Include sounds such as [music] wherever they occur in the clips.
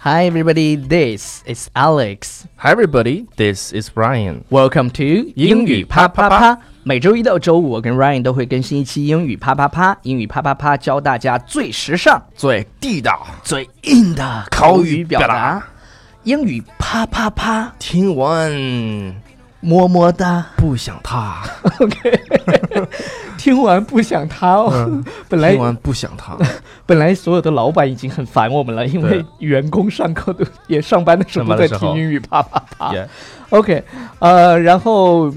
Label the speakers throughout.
Speaker 1: Hi, everybody. This is Alex.
Speaker 2: Hi everybody, this is Ryan。
Speaker 1: Welcome to
Speaker 2: 英语啪啪啪。
Speaker 1: 每周一到周五，我跟 Ryan 都会更新一期英语啪啪啪。英语啪啪啪教大家最时尚、
Speaker 2: 最地道，
Speaker 1: 最硬的
Speaker 2: 口
Speaker 1: 口
Speaker 2: 语
Speaker 1: 语表
Speaker 2: 表
Speaker 1: 达
Speaker 2: 达。
Speaker 1: 英语啪啪啪，
Speaker 2: 听完
Speaker 1: 么么哒。
Speaker 2: 不想他，
Speaker 1: OK，听完不想他哦。 [laughs] 本来
Speaker 2: 听完不想 [laughs] 他。
Speaker 1: 本来所有的老板已经很烦我们了，因为
Speaker 2: 对
Speaker 1: 员工上课都也上班的时候
Speaker 2: 上班
Speaker 1: 都
Speaker 2: 的
Speaker 1: 在
Speaker 2: 时
Speaker 1: 听
Speaker 2: 候
Speaker 1: 英语啪啪啪。
Speaker 2: Yeah，
Speaker 1: OK，呃，然后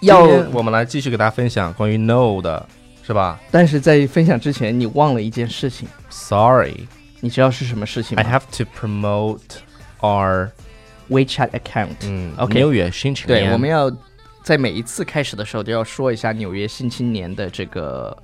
Speaker 1: 要
Speaker 2: 今，天我们来继续给大家分享关于 no 的，是吧
Speaker 1: 但是在分享之前，你忘了一件事情，
Speaker 2: ？Sorry，I
Speaker 1: 你知道是什么事情吗
Speaker 2: have to promote our
Speaker 1: WeChat account。
Speaker 2: 嗯
Speaker 1: OK
Speaker 2: 纽约新青年。
Speaker 1: 对，我们要在每一次开始的时候都要说一下纽约新青年的这个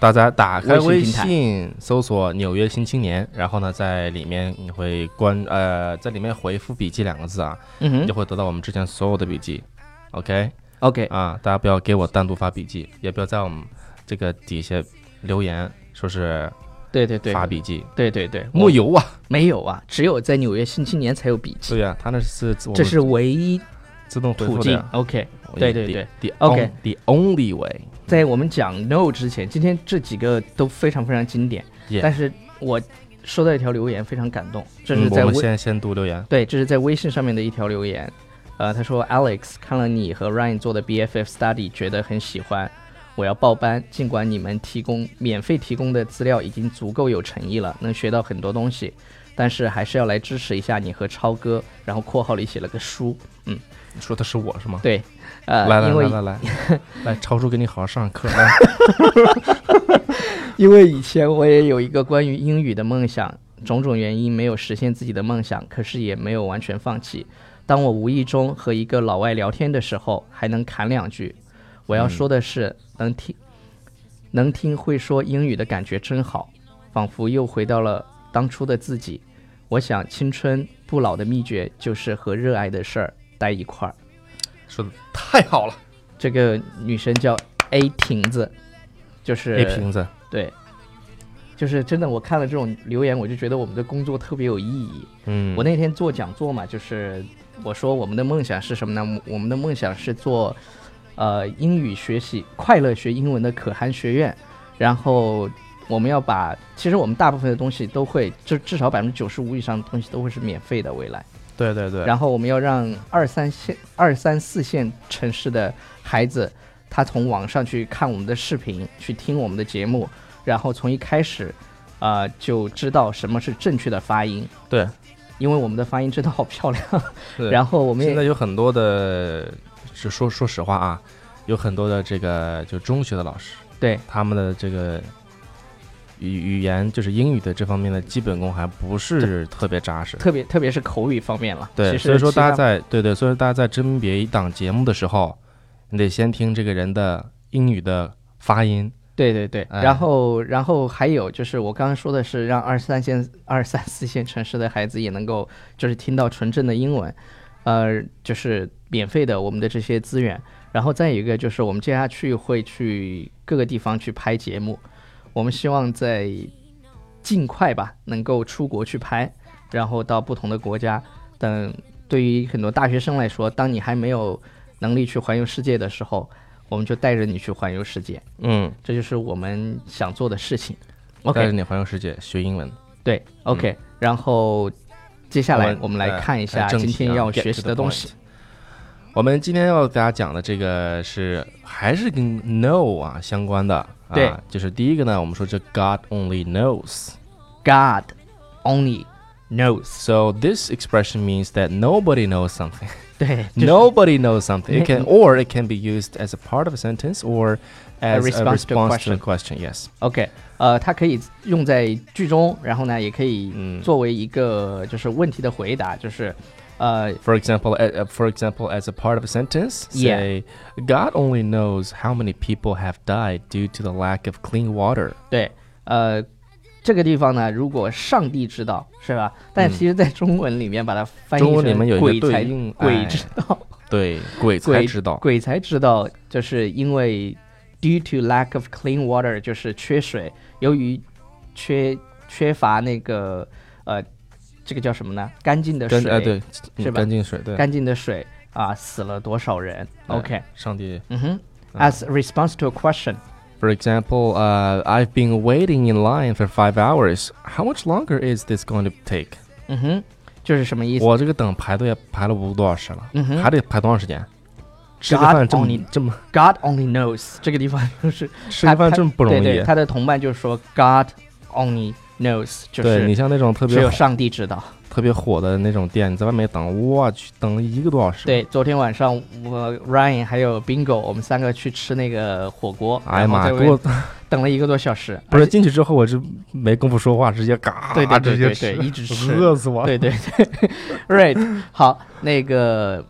Speaker 2: 大家打开
Speaker 1: 微
Speaker 2: 微
Speaker 1: 信平台
Speaker 2: 信搜索“纽约新青年”，然后呢，在里面你会关呃，在里面回复“笔记”两个字啊，
Speaker 1: 嗯
Speaker 2: 你
Speaker 1: 哼
Speaker 2: 就会得到我们之前所有的笔记。OK，
Speaker 1: ，OK，
Speaker 2: 啊，大家不要给我单独发笔记，也不要在我们这个底下留言说是
Speaker 1: 对对对，
Speaker 2: 发笔记，
Speaker 1: 对对对，
Speaker 2: 木
Speaker 1: 我
Speaker 2: 有啊。
Speaker 1: 没有啊，只有在纽约新青年才有笔记，
Speaker 2: 对呀、他那是自我
Speaker 1: 这
Speaker 2: 们
Speaker 1: 是唯一
Speaker 2: 自动回
Speaker 1: 途
Speaker 2: 复的
Speaker 1: 径
Speaker 2: 呀。。
Speaker 1: OK，
Speaker 2: 我
Speaker 1: 对
Speaker 2: 也
Speaker 1: 对
Speaker 2: ，the-
Speaker 1: 对
Speaker 2: ，the
Speaker 1: OK
Speaker 2: on- the only way。
Speaker 1: 在我们讲 no 之前，今天这几个都非常非常经典
Speaker 2: Yeah
Speaker 1: 但是我收到一条留言非常感动，这是
Speaker 2: 嗯
Speaker 1: 在
Speaker 2: 我们
Speaker 1: 微、
Speaker 2: 先先读留言。
Speaker 1: 对，这是在微信上面的一条留言，呃，他说 Alex 看了你和 Ryan 做的 BFF study，觉得很喜欢，我要报班。尽管你们提供免费提供的资料已经足够有诚意了，能学到很多东西，但是还是要来支持一下你和超哥。然后括号里写了个书，
Speaker 2: 你说的是我是吗？
Speaker 1: 对，呃，
Speaker 2: 来来
Speaker 1: 因
Speaker 2: 来
Speaker 1: 为
Speaker 2: 来来
Speaker 1: [laughs]
Speaker 2: 来，超叔给你好好上课。来，
Speaker 1: 因为以前我也有一个关于英语的梦想，种种原因没有实现自己的梦想，可是也没有完全放弃。当我无意中和一个老外聊天的时候，还能侃两句。我要说的是，能听能听会说英语的感觉真好，仿佛又回到了当初的自己。我想，青春不老的秘诀就是和热爱的事儿待一块儿。
Speaker 2: 说的太好了。
Speaker 1: 这个女生叫 A 亭子，就是
Speaker 2: 哎，瓶子，
Speaker 1: 对，就是真的，我看了这种留言，我就觉得我们的工作特别有意义。
Speaker 2: 嗯，
Speaker 1: 我那天做讲座嘛，就是我说我们的梦想是什么呢？我们的梦想是做呃英语学习快乐学英文的可汗学院，然后。我们要把，其实我们大部分的东西都会，就至少百分之九十五以上的东西都会是免费的未来。
Speaker 2: 对对对，
Speaker 1: 然后我们要让二三线、二三四线城市的孩子，他从网上去看我们的视频，去听我们的节目，然后从一开始，呃，就知道什么是正确的发音，
Speaker 2: 对，
Speaker 1: 因为我们的发音真的好漂亮。
Speaker 2: 是
Speaker 1: [laughs] 然后我们
Speaker 2: 现在
Speaker 1: 也
Speaker 2: 有很多的，就说说实话啊，有很多的这个就中学的老师，
Speaker 1: 对
Speaker 2: 他们的这个语语言就是英语的这方面的基本功还不是特别扎实。
Speaker 1: 特别特别是口语方面了，
Speaker 2: 对，
Speaker 1: 其实
Speaker 2: 所以说大家
Speaker 1: 其他
Speaker 2: 在对对，所以说大家在甄别一档节目的时候，你得先听这个人的英语的发音。
Speaker 1: 对对对，
Speaker 2: 哎
Speaker 1: 然后然后还有就是我刚刚说的是让二三线、二三四线 [laughs] 城市的孩子也能够就是听到纯正的英文，呃，就是免费的我们的这些资源。然后再一个就是我们接下去会去各个地方去拍节目，我们希望在尽快吧能够出国去拍，然后到不同的国家。等对于很多大学生来说，当你还没有能力去环游世界的时候，我们就带着你去环游世界。
Speaker 2: 嗯
Speaker 1: 这就是我们想做的事情。
Speaker 2: 带着
Speaker 1: OK，
Speaker 2: 你环游世界，学英文。
Speaker 1: 对，OK、然后接下来我们来看一
Speaker 2: 哎
Speaker 1: 下
Speaker 2: 正题
Speaker 1: 今天
Speaker 2: 啊
Speaker 1: 要
Speaker 2: get to
Speaker 1: 学习
Speaker 2: the
Speaker 1: 的东西
Speaker 2: point。我们今天要给大家讲的这个是还是跟 know 啊相关的，啊、
Speaker 1: 对，
Speaker 2: 就是第一个呢，我们说这 God only knows。
Speaker 1: God only knows。
Speaker 2: So this expression means that nobody knows something. [laughs]
Speaker 1: [laughs] 对，就是
Speaker 2: Nobody knows something. It can [laughs] or it can be used as a part of a sentence or as a response,
Speaker 1: response to a
Speaker 2: to a question. Yes.
Speaker 1: OK，呃，它可以用在句中，然后呢，也可以
Speaker 2: 嗯
Speaker 1: 作为一个就是问题的回答，就是呃，
Speaker 2: For example, a- uh, for example, as a part of a sentence,
Speaker 1: Yeah.
Speaker 2: say, God only knows how many people have died due to the lack of clean water.
Speaker 1: 对，呃，这个地方呢，如果上帝知道是吧？但其实，在中文里面把它翻译
Speaker 2: 嗯中文
Speaker 1: 成
Speaker 2: 里面有
Speaker 1: 鬼
Speaker 2: 一个对
Speaker 1: 才
Speaker 2: 应
Speaker 1: 鬼
Speaker 2: 哎
Speaker 1: 知道。
Speaker 2: 对，鬼才
Speaker 1: 鬼
Speaker 2: 知道。
Speaker 1: 鬼才知道，就是因为 due to lack of clean water，就是缺水，由于缺缺乏那个呃这个叫什么呢？干净的
Speaker 2: 干
Speaker 1: 水，
Speaker 2: 哎对，
Speaker 1: 是
Speaker 2: 嗯
Speaker 1: 吧
Speaker 2: 干净水对，
Speaker 1: 干净的水啊，死了多少人
Speaker 2: 对
Speaker 1: ？OK，
Speaker 2: 上帝。
Speaker 1: 嗯哼。
Speaker 2: 嗯
Speaker 1: As a response to a question，
Speaker 2: For example, uh, I've been waiting in line for five hours. How much longer is this going to take?
Speaker 1: 嗯哼，就是什么意思？
Speaker 2: 我这个等排队排了不多小时了，
Speaker 1: 嗯啊哦哼
Speaker 2: 还得排多长时间？吃个
Speaker 1: God
Speaker 2: 饭这么
Speaker 1: only-
Speaker 2: 这么
Speaker 1: God only knows 这个地方就是
Speaker 2: 吃个饭这么不容易，
Speaker 1: 对对，他的同伴就说 God only knows，就
Speaker 2: 对
Speaker 1: 是
Speaker 2: 你像那种特
Speaker 1: 只
Speaker 2: 别
Speaker 1: 有上帝知道。
Speaker 2: 特别火的那种店，你在外面等，我去等了一个多小时。
Speaker 1: 对，昨天晚上我 Ryan 还有 Bingo，我们三个去吃那个火锅，
Speaker 2: 哎呀
Speaker 1: 然后
Speaker 2: 妈，
Speaker 1: 在
Speaker 2: 呀，
Speaker 1: 外
Speaker 2: 给
Speaker 1: 面
Speaker 2: 我
Speaker 1: 等了一个多小时，
Speaker 2: [laughs] 不是
Speaker 1: 而且
Speaker 2: 进去之后我是没工夫说话，直接嘎，
Speaker 1: 对对对对
Speaker 2: 直接
Speaker 1: 对，一直
Speaker 2: 吃
Speaker 1: 吃，
Speaker 2: 饿死我。
Speaker 1: 对对对 [laughs] ，right，好，那个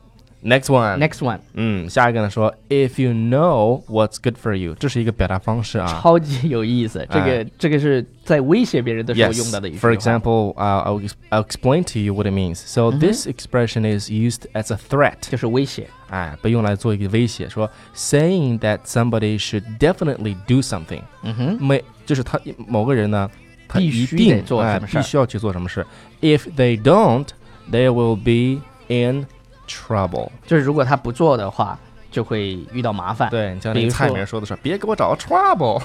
Speaker 2: Next one，
Speaker 1: next one
Speaker 2: 嗯，下一个呢说，If you know what's good for you，这是一个表达方式啊。哎
Speaker 1: 超级有意思，这个这个是在威胁别人的时候
Speaker 2: Yes.
Speaker 1: 用到的一句话
Speaker 2: For example, uh, I'll, ex- I'll explain to you what it means.
Speaker 1: 嗯
Speaker 2: So this expression is used as a threat.
Speaker 1: 就是威胁，
Speaker 2: 哎，被用来做一个威胁，说 saying that somebody should definitely do something，
Speaker 1: 嗯哼，
Speaker 2: 每就是他某个人呢，他
Speaker 1: 必
Speaker 2: 一
Speaker 1: 须
Speaker 2: 定
Speaker 1: 得做
Speaker 2: 哎
Speaker 1: 什么事
Speaker 2: 必
Speaker 1: 儿
Speaker 2: 须要去做什么事。If they don't, they will be in trouble。
Speaker 1: 就是如果他不做的话，就会遇到麻烦，
Speaker 2: 对，你像
Speaker 1: 比
Speaker 2: 那个
Speaker 1: 如
Speaker 2: 蔡
Speaker 1: 说
Speaker 2: 明说的是，别给我找 trouble。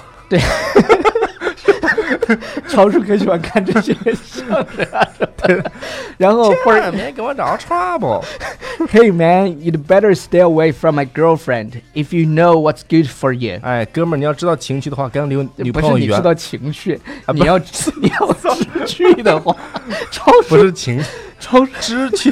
Speaker 1: 超叔可喜欢看这些相
Speaker 2: [laughs]
Speaker 1: 声啊什么的，然后或者。
Speaker 2: 别给我找 trouble。
Speaker 1: Hey man, you'd better stay away from my girlfriend if you know what's good for you。
Speaker 2: 哎，哥们儿，你要知道情绪的话，跟女女
Speaker 1: 不
Speaker 2: 朋
Speaker 1: 是你
Speaker 2: 友
Speaker 1: 知 [laughs]
Speaker 2: 远，
Speaker 1: 道情绪，
Speaker 2: 啊
Speaker 1: 你
Speaker 2: 不
Speaker 1: 要你
Speaker 2: [laughs]
Speaker 1: 要知 [laughs] 趣的话，超
Speaker 2: 不是情
Speaker 1: 超，
Speaker 2: 知趣。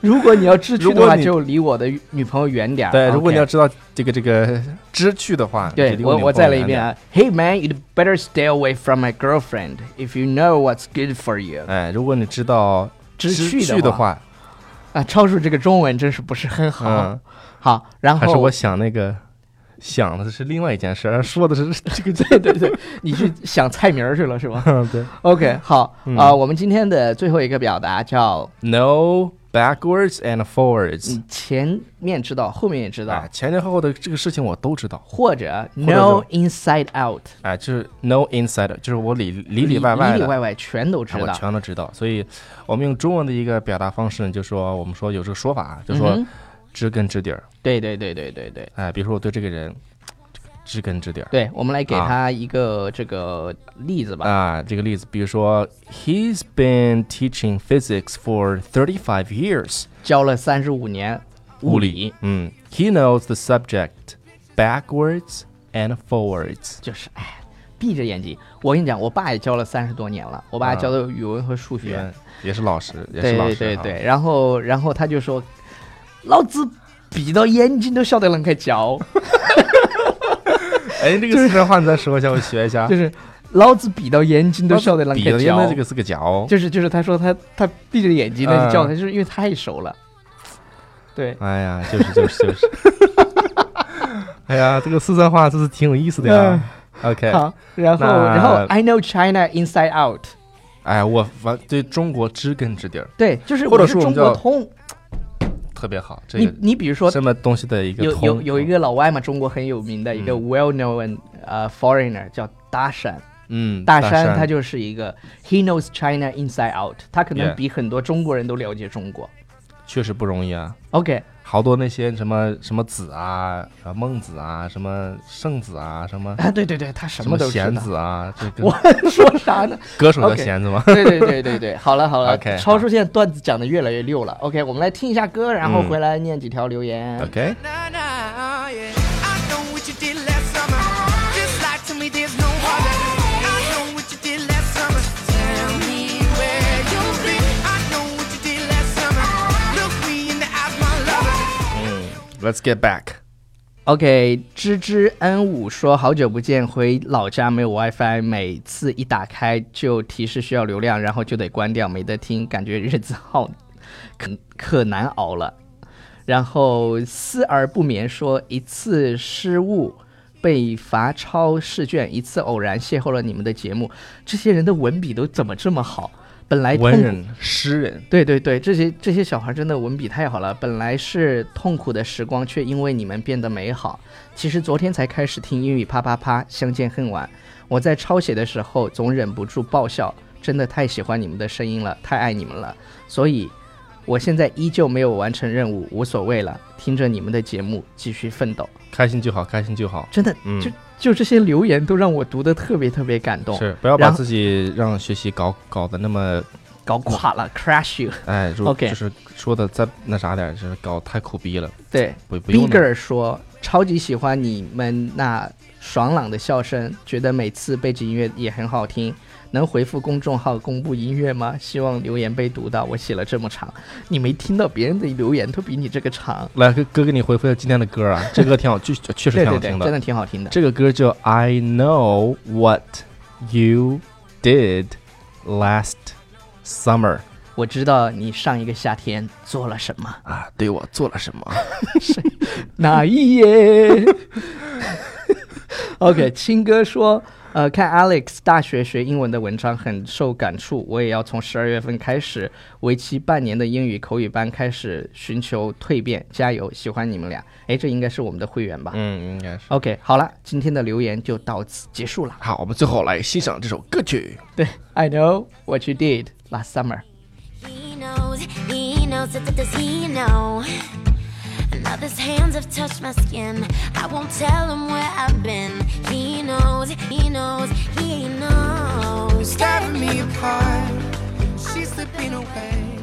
Speaker 1: 如果你要知趣
Speaker 2: 如
Speaker 1: 的
Speaker 2: 果
Speaker 1: 话，
Speaker 2: 你
Speaker 1: 就离我的女朋友远点儿。
Speaker 2: 对，如果
Speaker 1: OK
Speaker 2: 你要知道这个这个知趣的话，
Speaker 1: 对
Speaker 2: 就离
Speaker 1: 我
Speaker 2: 女
Speaker 1: 我
Speaker 2: 朋友
Speaker 1: 再来一
Speaker 2: 远
Speaker 1: 遍
Speaker 2: 点。
Speaker 1: 啊，Hey man, you'd better stay away from my girlfriend if you know what's good for you。
Speaker 2: 哎，如果你知道
Speaker 1: 知
Speaker 2: 趣
Speaker 1: 趣的
Speaker 2: 的
Speaker 1: 话
Speaker 2: 话，
Speaker 1: 啊，超叔这个中文真是不是很好
Speaker 2: 嗯。，
Speaker 1: 好，然
Speaker 2: 还是
Speaker 1: 后
Speaker 2: 我想那个想的是另外一件事儿，说
Speaker 1: [laughs]
Speaker 2: 的是这个这
Speaker 1: [laughs] 对对对，你去想菜名儿去了是吗
Speaker 2: 个对。
Speaker 1: ？OK，好啊、
Speaker 2: 嗯
Speaker 1: 我们今天的最后一个表达叫
Speaker 2: No backwards and forwards，
Speaker 1: 你前面知道，后面也知道，
Speaker 2: 哎，前前后后的这个事情我都知道。
Speaker 1: 或者
Speaker 2: 或者
Speaker 1: no inside out，
Speaker 2: 哎，就是 no inside，就是我里里里外外
Speaker 1: 里
Speaker 2: 的
Speaker 1: 里，外外全都知
Speaker 2: 哎我
Speaker 1: 道。
Speaker 2: 全都知道。所以，我们用中文的一个表达方式，就说我们说有这个说法啊，就说
Speaker 1: 嗯哼
Speaker 2: 知根知底儿。
Speaker 1: 对对对对对对
Speaker 2: 哎，比如说我对这个人这个知根知底儿。
Speaker 1: 对，我们来给
Speaker 2: 啊
Speaker 1: 他一个这个例子吧。
Speaker 2: 啊，这个例子，比如说，He's been teaching physics for thirty five years，
Speaker 1: 教了三十五年物理，
Speaker 2: 嗯，He knows the subject backwards and forwards。
Speaker 1: 就是哎，闭着眼睛。我跟你讲，我爸也教了三十多年了，我
Speaker 2: 啊
Speaker 1: 爸教的语文和数学。
Speaker 2: 也也是老师，也
Speaker 1: 对
Speaker 2: 是老
Speaker 1: 对
Speaker 2: 师。啊
Speaker 1: 对对，，然后然后他就说，老子闭到眼睛都晓得啷个
Speaker 2: [laughs]
Speaker 1: 教。
Speaker 2: 哎，这个四川话你再说 [laughs] 一下，我学一下
Speaker 1: 就。是老子闭到眼睛都晓得啷
Speaker 2: 比的
Speaker 1: 个
Speaker 2: 因
Speaker 1: 叫
Speaker 2: 为这，个是个脚，
Speaker 1: 就是就是他说他他闭着眼睛那
Speaker 2: 哦嗯
Speaker 1: 就叫他，就是因为太熟了。对，
Speaker 2: 哎呀，就是就是 [laughs] 就是。哎呀，这个四川话真是挺有意思的呀。OK，
Speaker 1: 好，然后
Speaker 2: 那
Speaker 1: 然后 I know China inside out，
Speaker 2: 哎，我反对中国知根知底儿
Speaker 1: 对，就是
Speaker 2: 或者
Speaker 1: 我是
Speaker 2: 说我
Speaker 1: 中
Speaker 2: 们
Speaker 1: 国
Speaker 2: 叫
Speaker 1: 通。
Speaker 2: 特别好，这
Speaker 1: 你
Speaker 2: 个
Speaker 1: 你比如说
Speaker 2: 什么东西的一个
Speaker 1: 有
Speaker 2: 通
Speaker 1: 有有一个老外嘛，中国很有名的一个
Speaker 2: 嗯
Speaker 1: well known 呃 foreigner 叫大山，
Speaker 2: 嗯
Speaker 1: 大
Speaker 2: 山
Speaker 1: 山他就是一个 he knows China inside out，他可能
Speaker 2: Yeah
Speaker 1: 比很多中国人都了解中国。
Speaker 2: 确实不容易啊。
Speaker 1: OK，
Speaker 2: 好多那些什么什么子啊，啊孟子啊，什么圣子啊，什么
Speaker 1: 啊对对对，他 [laughs] 什
Speaker 2: 么
Speaker 1: 么都知
Speaker 2: 贤
Speaker 1: 道。
Speaker 2: 子啊，这
Speaker 1: 我
Speaker 2: 个
Speaker 1: 说啥呢？
Speaker 2: 歌手叫
Speaker 1: OK
Speaker 2: 贤子吗？
Speaker 1: [laughs] 对对对对对，好了好了
Speaker 2: OK，
Speaker 1: 超叔现在段子讲的越来越溜了。OK，我们来听一下歌，然后
Speaker 2: 嗯
Speaker 1: 回来念几条留言。 [laughs]
Speaker 2: OK，
Speaker 3: Nah, nah, yeah. I know what you did last summer. Just lie to me, there's no other. I know what you did last summer. Tell me where you've been. I know what you did last summer. Look me in the eyes, my lover.
Speaker 2: 嗯，Let's get back。
Speaker 1: OK，芝芝 N 五说好久不见，回老家没有 WiFi，每次一打开就提示需要流量，然后就得关掉，没得听，感觉日子好可可难熬了。然后思而不眠说一次失误被罚抄试卷，一次偶然邂逅了你们的节目，这些人的文笔都怎么这么好？本来哎痛
Speaker 2: 文
Speaker 1: 苦
Speaker 2: 人、诗人，
Speaker 1: 对对对，这些这些小孩真的文笔太好了。本来是痛苦的时光，却因为你们变得美好。其实昨天才开始听英语啪啪啪，相见恨晚。我在抄写的时候总忍不住爆笑，真的太喜欢你们的声音了，太爱你们了，所以我现在依旧没有完成任务，无所谓了，听着你们的节目继续奋斗。
Speaker 2: 开心就好，开心就好。
Speaker 1: 真的，
Speaker 2: 嗯
Speaker 1: 就就这些留言都让我读的特别特别感动，
Speaker 2: 是，不要把
Speaker 1: 然后
Speaker 2: 自己让学习搞搞得那么，
Speaker 1: 搞垮了，crash you。
Speaker 2: 哎，如
Speaker 1: OK
Speaker 2: 就是说的再那啥点儿，就是搞太苦逼了，
Speaker 1: 对
Speaker 2: 不不用那么。
Speaker 1: ，Bigger 说超级喜欢你们那爽朗的笑声，觉得每次背景音乐也很好听。能回复公众号公布音乐吗？希望留言被读到。我写了这么长，你没听到别人的留言都比你这个长。
Speaker 2: 来，哥哥给你回复一下今天的歌啊，这歌挺好，就确实
Speaker 1: 对对
Speaker 2: 挺好
Speaker 1: 对，
Speaker 2: 听
Speaker 1: 真的挺好听的。
Speaker 2: 这个歌叫《I Know What You Did Last Summer》
Speaker 1: 我知道你上一个夏天做了什么，
Speaker 2: 啊，对我做了什么？
Speaker 1: 哪一页 [laughs] ？OK，青哥说，呃，看 Alex 大学学英文的文章很受感触，我也要从十二月份开始，为期半年的英语口语班开始寻求蜕变，加油！喜欢你们俩，哎，这应该是我们的会员吧、
Speaker 2: 嗯，应该是。
Speaker 1: o k 好了，今天的留言就到此结束了。
Speaker 2: 好，我们最后来欣赏这首歌曲。
Speaker 1: 对，I know what you did last summer。
Speaker 4: He knows, he knows, that does he know? Another's hands have touched my skin. I won't tell him where I've been. He knows, he knows, he knows.
Speaker 3: It's tearing me apart. She's slipping away.